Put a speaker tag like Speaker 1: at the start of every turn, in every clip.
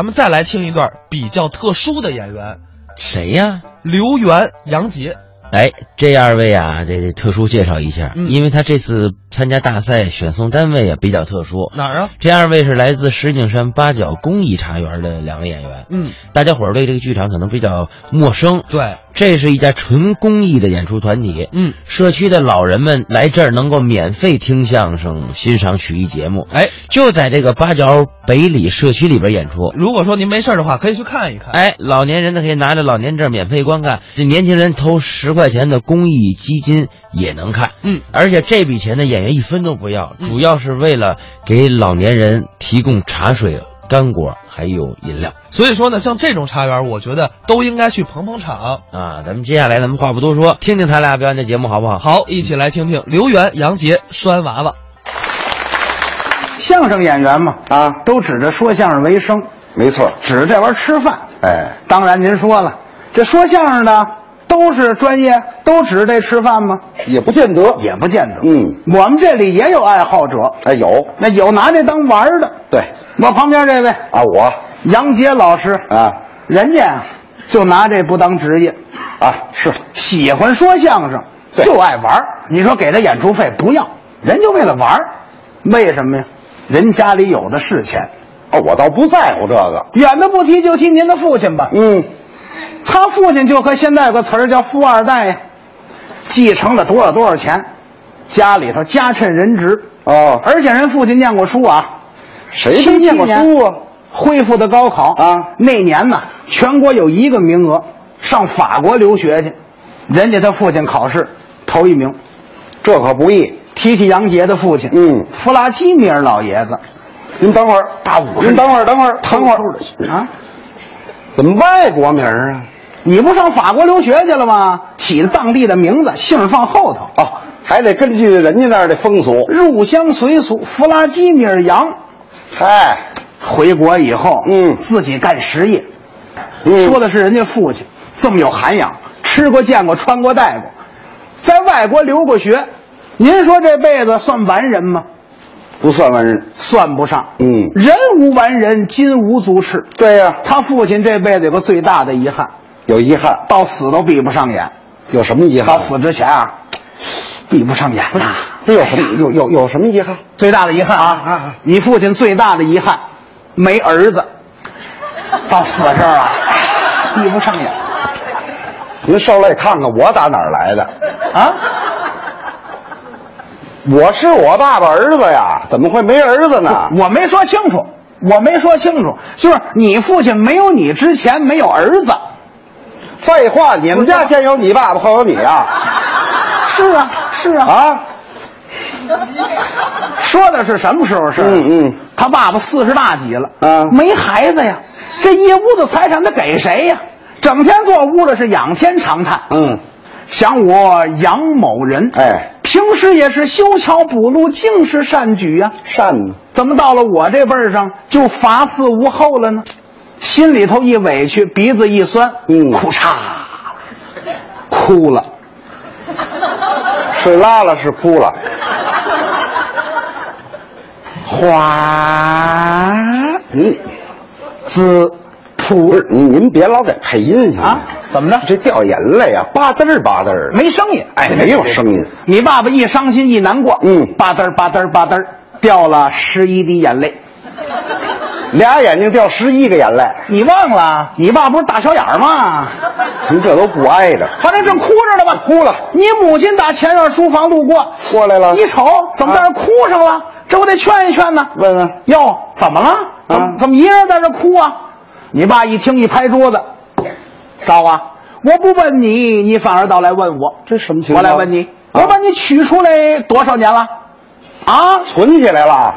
Speaker 1: 咱们再来听一段比较特殊的演员，
Speaker 2: 谁呀、
Speaker 1: 刘源、杨杰。
Speaker 2: 哎，这二位啊，这这特殊介绍一下，
Speaker 1: 嗯
Speaker 2: 因为他这次参加大赛选送单位啊比较特殊。
Speaker 1: 哪儿啊？
Speaker 2: 这二位是来自石景山八角公益茶园的两位演员，
Speaker 1: 嗯，
Speaker 2: 大家伙儿对这个剧场可能比较陌生。
Speaker 1: 对，
Speaker 2: 这是一家纯公益的演出团体，
Speaker 1: 嗯，
Speaker 2: 社区的老人们来这儿能够免费听相声、欣赏曲艺节目，
Speaker 1: 哎，
Speaker 2: 就在这个八角北里社区里边演出。
Speaker 1: 如果说您没事儿的话，可以去看一看。
Speaker 2: 哎，老年人呢可以拿着老年证免费观看，这年轻人投十块钱的公益基金也能看。
Speaker 1: 嗯，
Speaker 2: 而且这笔钱呢，演员一分都不要，
Speaker 1: 嗯
Speaker 2: 主要是为了给老年人提供茶水、干果还有饮料
Speaker 1: 所以说呢，像这种茶园，我觉得都应该去捧捧场。
Speaker 2: 啊。咱们接下来咱们话不多说，听听他俩表演的节目好不好？
Speaker 1: 好，一起来听听刘源、杨杰拴娃娃。
Speaker 3: 相声演员嘛，
Speaker 4: 啊
Speaker 3: 都指着说相声为生，
Speaker 4: 没错，
Speaker 3: 指着这玩意儿吃饭。
Speaker 4: 哎，
Speaker 3: 当然您说了，这说相声的都是专业，都指着这吃饭吗？
Speaker 4: 也不见得。
Speaker 3: 也不见得。
Speaker 4: 嗯，
Speaker 3: 我们这里也有爱好者，
Speaker 4: 哎，有
Speaker 3: 那有拿这当玩儿的。
Speaker 4: 对
Speaker 3: 我旁边这位
Speaker 4: 啊，我
Speaker 3: 杨杰老师，
Speaker 4: 啊
Speaker 3: 人家啊就拿这不当职业，
Speaker 4: 啊是
Speaker 3: 喜欢说相声，
Speaker 4: 对
Speaker 3: 就爱玩儿你说给他演出费不要，人就为了玩儿为什么呀？人家里有的是钱。
Speaker 4: 哦，我倒不在乎这个。
Speaker 3: 远的不提，就提您的父亲吧。
Speaker 4: 嗯，
Speaker 3: 他父亲就和现在有个词儿叫“富二代”呀，继承了多少多少钱，家里头家趁人直。
Speaker 4: 哦，
Speaker 3: 而且人父亲念过书啊，
Speaker 4: 谁没念过书啊？
Speaker 3: 恢复的高考
Speaker 4: 啊
Speaker 3: 那年呢，全国有一个名额上法国留学去，人家他父亲考试头一名。
Speaker 4: 这可不易。
Speaker 3: 提起杨杰的父亲，
Speaker 4: 嗯
Speaker 3: 弗拉基米尔老爷子，
Speaker 4: 您等会儿，大五
Speaker 3: 十
Speaker 4: 您等会儿，等会儿，
Speaker 3: 偷
Speaker 4: 等会
Speaker 3: 偷
Speaker 4: 儿
Speaker 3: 的啊，
Speaker 4: 怎么外国名儿啊？
Speaker 3: 你不上法国留学去了吗？起的当地的名字，姓儿放后头。
Speaker 4: 哦，还得根据人家那儿的风俗。
Speaker 3: 入乡随俗，弗拉基米尔扬
Speaker 4: 嗨，
Speaker 3: 回国以后，
Speaker 4: 哎嗯
Speaker 3: 自己干实业，
Speaker 4: 嗯
Speaker 3: 说的是人家父亲这么有涵养，吃过、见过、穿过、戴过，在外国留过学，您说这辈子算完人吗？
Speaker 4: 不算完人。
Speaker 3: 算不上，
Speaker 4: 嗯
Speaker 3: 人无完人，金无足赤。
Speaker 4: 对呀，
Speaker 3: 他父亲这辈子有个最大的遗憾，
Speaker 4: 有遗憾，
Speaker 3: 到死都闭不上眼，
Speaker 4: 有什么遗
Speaker 3: 到
Speaker 4: 憾？
Speaker 3: 死之前啊，闭不上眼呐。
Speaker 4: 这有什么哎有有有什么遗憾？
Speaker 3: 哎最大的遗憾啊
Speaker 4: 啊啊
Speaker 3: 你父亲最大的遗憾，没儿子，到死这儿啊，闭不上眼
Speaker 4: 您受累看看我打哪儿来的？
Speaker 3: 啊！
Speaker 4: 我是我爸爸儿子呀，怎么会没儿子呢？
Speaker 3: 我没说清楚，我没说清楚，就是你父亲没有你之前没有儿子，
Speaker 4: 废话，你们家先有你爸爸，后有你啊！
Speaker 3: 是啊，是啊，
Speaker 4: 啊，
Speaker 3: 说的是什么时候是？
Speaker 4: 嗯嗯，
Speaker 3: 他爸爸四十大几了，
Speaker 4: 啊
Speaker 3: 没孩子呀，这一屋子财产他给谁呀？整天坐屋里是仰天长叹，
Speaker 4: 嗯，
Speaker 3: 想我杨某人，
Speaker 4: 哎，
Speaker 3: 平时也是修桥补路，尽是善举呀、
Speaker 4: 扇子，
Speaker 3: 怎么到了我这辈儿上就乏嗣无后了呢？心里头一委屈，鼻子一酸，
Speaker 4: 嗯
Speaker 3: 哭嚓，哭了。
Speaker 4: 是拉了是哭了，
Speaker 3: 花
Speaker 4: 您
Speaker 3: 子
Speaker 4: 不
Speaker 3: 扑
Speaker 4: 是您您别老给配音行吗
Speaker 3: 啊？怎么着
Speaker 4: 嗯这掉眼泪啊，吧嘚儿吧嘚儿的，
Speaker 3: 没声音，
Speaker 4: 哎没有声音。
Speaker 3: 你爸爸一伤心一难过，
Speaker 4: 嗯
Speaker 3: 吧嗒儿吧嗒儿吧嗒儿掉了十一滴眼泪。
Speaker 4: 俩眼睛掉十一个眼泪，
Speaker 3: 你忘了，你爸不是大小眼儿吗？
Speaker 4: 您这都不挨着，
Speaker 3: 反正正哭着呢吧，
Speaker 4: 哭了啊
Speaker 3: 你母亲打前院书房路过，
Speaker 4: 过来了
Speaker 3: 一瞅怎么在这儿哭上了？这我得劝一劝呢。
Speaker 4: 问啊问
Speaker 3: 哟，怎么了？怎么、
Speaker 4: 啊
Speaker 3: 怎么一人在这哭啊？你爸一听一拍桌子，赵啊，我不问你，你反而倒来问我，
Speaker 4: 这什么情
Speaker 3: 我
Speaker 4: 况？
Speaker 3: 来问你，
Speaker 4: 啊
Speaker 3: 我把你取出来多少年了？啊？
Speaker 4: 存起来了，啊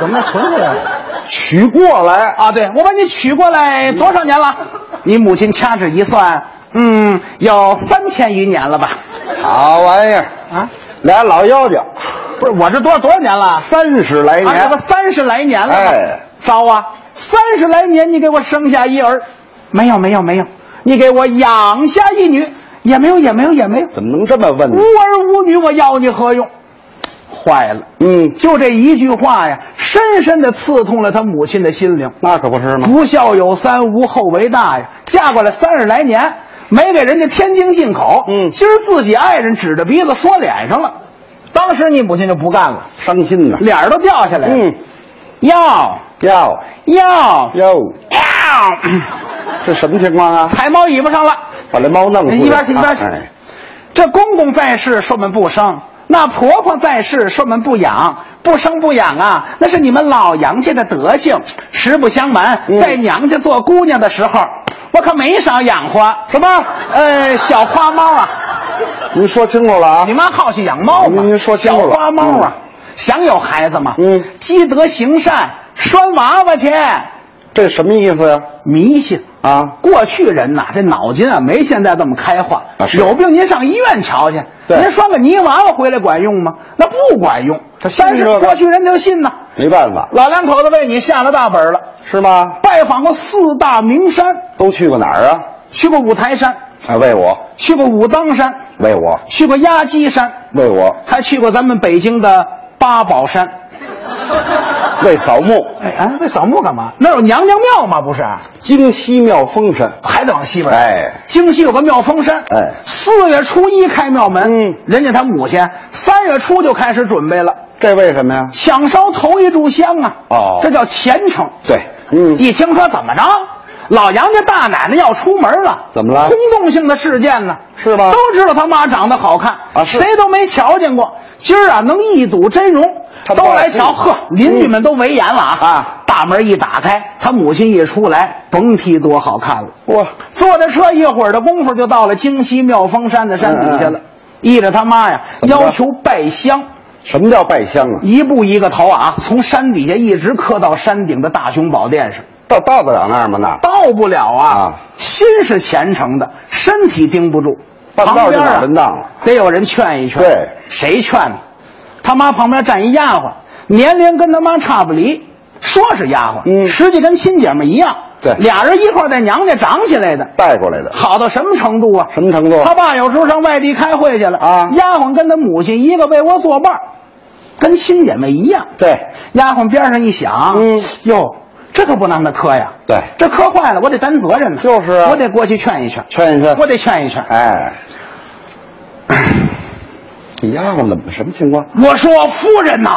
Speaker 3: 怎么存回来了？
Speaker 4: 取过来，
Speaker 3: 啊，对，我把你娶过来多少年了？你母亲掐指一算，嗯，有三千余年了吧？
Speaker 4: 好玩意儿，
Speaker 3: 啊，
Speaker 4: 俩老妖精，
Speaker 3: 不是，我这多少多少年了？啊，
Speaker 4: 三十来
Speaker 3: 这
Speaker 4: 年
Speaker 3: 不，三十来年了吗
Speaker 4: 哎？
Speaker 3: 糟啊，三十来年你给我生下一儿，没有没有没有，你给我养下
Speaker 4: 嗯
Speaker 3: 一女，也没有也没有也没有，
Speaker 4: 怎么能这么问呢？
Speaker 3: 无儿无女，我要你何用？坏了。
Speaker 4: 嗯，
Speaker 3: 就这一句话呀，深深的刺痛了他母亲的心灵。
Speaker 4: 那可不是吗？
Speaker 3: 不孝有三，无后为大呀。嫁过来三十来年，没给人家天津进口，
Speaker 4: 嗯
Speaker 3: 今儿自己爱人指着鼻子说脸上了，当时你母亲就不干了，
Speaker 4: 伤心呐。
Speaker 3: 脸儿都掉下来了。
Speaker 4: 嗯，
Speaker 3: 要
Speaker 4: 要
Speaker 3: 要
Speaker 4: 要，
Speaker 3: 要，
Speaker 4: 这什么情况啊？
Speaker 3: 踩猫尾巴上了。
Speaker 4: 把这猫弄死了。
Speaker 3: 一边去一边去
Speaker 4: 哎，
Speaker 3: 这公公在世，说我们不生；那婆婆在世，说我们不养。不生不养啊，那是你们老杨家的德性。实不相瞒，
Speaker 4: 嗯
Speaker 3: 在娘家做姑娘的时候，我可没少养活什么呃小花猫啊。
Speaker 4: 您说清楚了啊
Speaker 3: 你。妈好去养猫吗？
Speaker 4: 您您说清
Speaker 3: 小
Speaker 4: 楚了
Speaker 3: 花猫啊，想有孩子吗？
Speaker 4: 嗯
Speaker 3: 积德行善，拴娃娃去，
Speaker 4: 这什么意思呀？
Speaker 3: 迷信。
Speaker 4: 啊，
Speaker 3: 过去人呐，这脑筋啊没现在这么开化，
Speaker 4: 啊是
Speaker 3: 有病您上医院瞧去，
Speaker 4: 对
Speaker 3: 您拴个泥娃娃回来管用吗？那不管用。
Speaker 4: 他信
Speaker 3: 但是
Speaker 4: 这个
Speaker 3: 过去人就信呐，
Speaker 4: 没办法，
Speaker 3: 老两口子为你下了大本了，
Speaker 4: 是吗？
Speaker 3: 拜访过四大名山，
Speaker 4: 都去过哪儿啊？
Speaker 3: 去过五台山，
Speaker 4: 啊，为我，
Speaker 3: 去过武当山，
Speaker 4: 为我，
Speaker 3: 去过压鸡山，
Speaker 4: 为我，
Speaker 3: 还去过咱们北京的八宝山。
Speaker 4: 为扫墓，
Speaker 3: 哎哎，为扫墓干嘛？那有娘娘庙吗？不是，啊
Speaker 4: 京西庙封神。
Speaker 3: 还得往西边。
Speaker 4: 哎，
Speaker 3: 京西有个妙峰山，
Speaker 4: 哎
Speaker 3: 四月初一开庙门，
Speaker 4: 嗯
Speaker 3: 人家他母亲三月初就开始准备了，
Speaker 4: 这为什么呀？
Speaker 3: 想烧头一炷香啊，
Speaker 4: 哦
Speaker 3: 这叫虔诚。
Speaker 4: 对，嗯，
Speaker 3: 一听说怎么着，老杨家大奶奶要出门了，
Speaker 4: 怎么了
Speaker 3: 轰动性的事件呢？
Speaker 4: 是吗
Speaker 3: 都知道他妈长得好看
Speaker 4: 啊是
Speaker 3: 谁都没瞧见过，今儿啊能一睹真容，
Speaker 4: 他
Speaker 3: 都
Speaker 4: 高
Speaker 3: 来
Speaker 4: 兴
Speaker 3: 瞧。呵，邻居们都围严了啊！
Speaker 4: 啊
Speaker 3: 大门一打开，他母亲一出来，甭提多好看了。
Speaker 4: 哇，
Speaker 3: 坐着车一会儿的功夫就到了京西妙峰山的山底下了
Speaker 4: 嗯嗯，
Speaker 3: 依着他妈呀
Speaker 4: 怎么着
Speaker 3: 要求拜香，
Speaker 4: 什么叫拜香啊？
Speaker 3: 一步一个头啊，从山底下一直磕到山顶的大雄宝殿上，
Speaker 4: 到到得了那儿吗？那
Speaker 3: 到不了啊，
Speaker 4: 啊
Speaker 3: 心是虔诚的，身体盯不住，
Speaker 4: 半道
Speaker 3: 旁边
Speaker 4: 就
Speaker 3: 啊
Speaker 4: 脑震荡了
Speaker 3: 得有人劝一劝，
Speaker 4: 对
Speaker 3: 谁劝呢？他妈旁边站一丫鬟，年龄跟他妈差不离。说是丫鬟，
Speaker 4: 嗯
Speaker 3: 实际跟亲姐们一样，
Speaker 4: 对
Speaker 3: 俩人一块儿在娘家长起来的，
Speaker 4: 带过来的，
Speaker 3: 好到什么程度啊？
Speaker 4: 什么程度？
Speaker 3: 他爸有时候上外地开会去了
Speaker 4: 啊
Speaker 3: 丫鬟跟他母亲一个被窝作伴儿，跟亲姐妹一样。
Speaker 4: 对，
Speaker 3: 丫鬟边上一想，
Speaker 4: 嗯
Speaker 3: 哟，这可不能让他磕呀，
Speaker 4: 对
Speaker 3: 这磕坏了我得担责任呢，
Speaker 4: 就是啊呃
Speaker 3: 我得过去劝一劝，
Speaker 4: 劝一劝
Speaker 3: 我。得劝一劝。
Speaker 4: 哎，你丫鬟怎么什么情况？
Speaker 3: 我说夫人呐、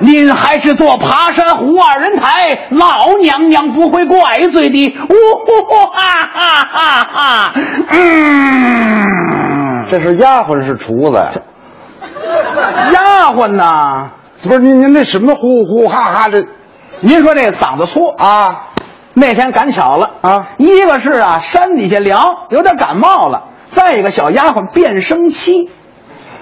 Speaker 3: 您还是做爬山虎二人抬，老娘娘不会怪罪的。呜呼哈哈哈哈！嗯，
Speaker 4: 这是丫鬟是厨子呀？
Speaker 3: 丫鬟呐，
Speaker 4: 不是您您这什么呼呼哈哈这
Speaker 3: 您说这嗓子粗啊？
Speaker 4: 啊？
Speaker 3: 那天赶巧了
Speaker 4: 啊
Speaker 3: 一个是啊山底下凉，有点感冒了；再一个小丫鬟变声期，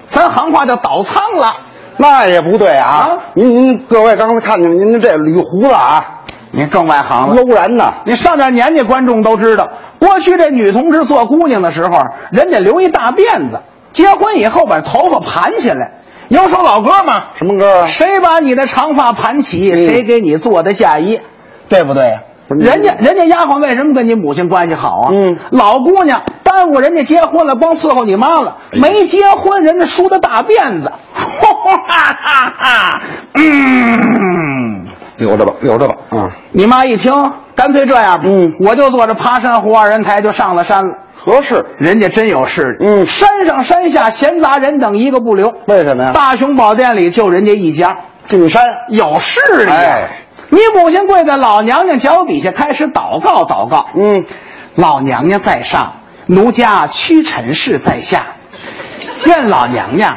Speaker 3: 咱行话叫倒仓了。
Speaker 4: 那也不对
Speaker 3: 啊
Speaker 4: 啊！您您各位刚才看见了，您这捋胡子啊，
Speaker 3: 您更外行了。
Speaker 4: 搂然呐，
Speaker 3: 你上点年纪，观众都知道，过去这女同志做姑娘的时候，啊人家留一大辫子，结婚以后把头发盘起来。有首老歌嘛，
Speaker 4: 什么歌啊？嗯
Speaker 3: 谁把你的长发盘起，谁给你做的嫁衣，对不对呀、
Speaker 4: 不是
Speaker 3: 人家人家丫鬟为什么跟你母亲关系好啊？
Speaker 4: 嗯
Speaker 3: 老姑娘耽误人家结婚了，光伺候你妈了。
Speaker 4: 哎
Speaker 3: 没结婚，人家梳的大辫子， 哈哈哈哈。嗯，
Speaker 4: 留着吧，留着吧，啊！
Speaker 3: 你妈一听，干脆这样吧，
Speaker 4: 嗯
Speaker 3: 我就坐着爬山虎二人抬就上了山了。
Speaker 4: 合适。
Speaker 3: 人家真有势力，
Speaker 4: 嗯啊
Speaker 3: 山上山下闲杂人等一个不留。
Speaker 4: 为什么呀？
Speaker 3: 大雄宝殿里就人家一家，
Speaker 4: 进山，
Speaker 3: 有势力、啊。
Speaker 4: 哎
Speaker 3: 你母亲跪在老娘娘脚底下开始祷告祷告。
Speaker 4: 嗯，
Speaker 3: 老娘娘在上，奴家屈臣氏在下，愿老娘娘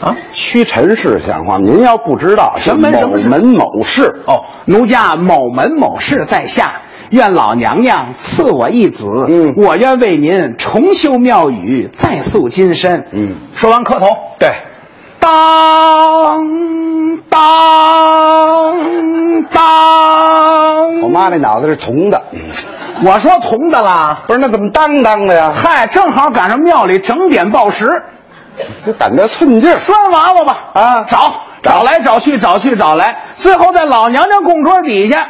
Speaker 3: 啊，
Speaker 4: 屈臣氏像话吗，您要不知道，
Speaker 3: 什么门
Speaker 4: 是
Speaker 3: 什
Speaker 4: 某
Speaker 3: 么氏
Speaker 4: 门某氏
Speaker 3: 哦，奴家某门某氏在下，愿老娘娘赐我一子，
Speaker 4: 嗯
Speaker 3: 我愿为您重修庙宇，再塑金身。
Speaker 4: 嗯，
Speaker 3: 说完磕头，
Speaker 4: 对，
Speaker 3: 当当当，
Speaker 4: 我妈那脑袋是铜的，
Speaker 3: 嗯我说铜的啦，
Speaker 4: 不是那怎么当当的呀？
Speaker 3: 嗨，正好赶上庙里整点报时，嗯
Speaker 4: 就感觉寸劲儿。
Speaker 3: 拴娃娃吧，
Speaker 4: 啊
Speaker 3: 找找来找去找去找来，最后在老娘娘供桌底下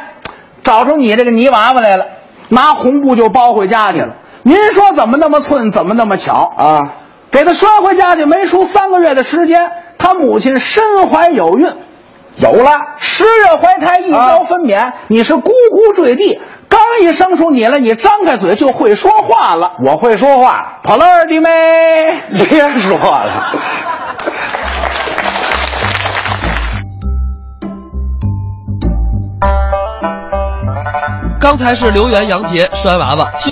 Speaker 3: 找出你这个泥娃娃来了，拿红布就包回家去了。您说怎么那么寸，怎么那么巧？
Speaker 4: 嗯啊，
Speaker 3: 给他拴回家去，没出三个月的时间，他母亲身怀有孕，
Speaker 4: 有了，啊
Speaker 3: 十月怀胎，一朝分娩，你是咕咕坠地，刚一生出你来，你张开嘴就会说话了，
Speaker 4: 我会说话，
Speaker 3: 跑了二弟妹。
Speaker 4: 别说 了。
Speaker 1: 刚才是刘源、杨杰拴娃娃。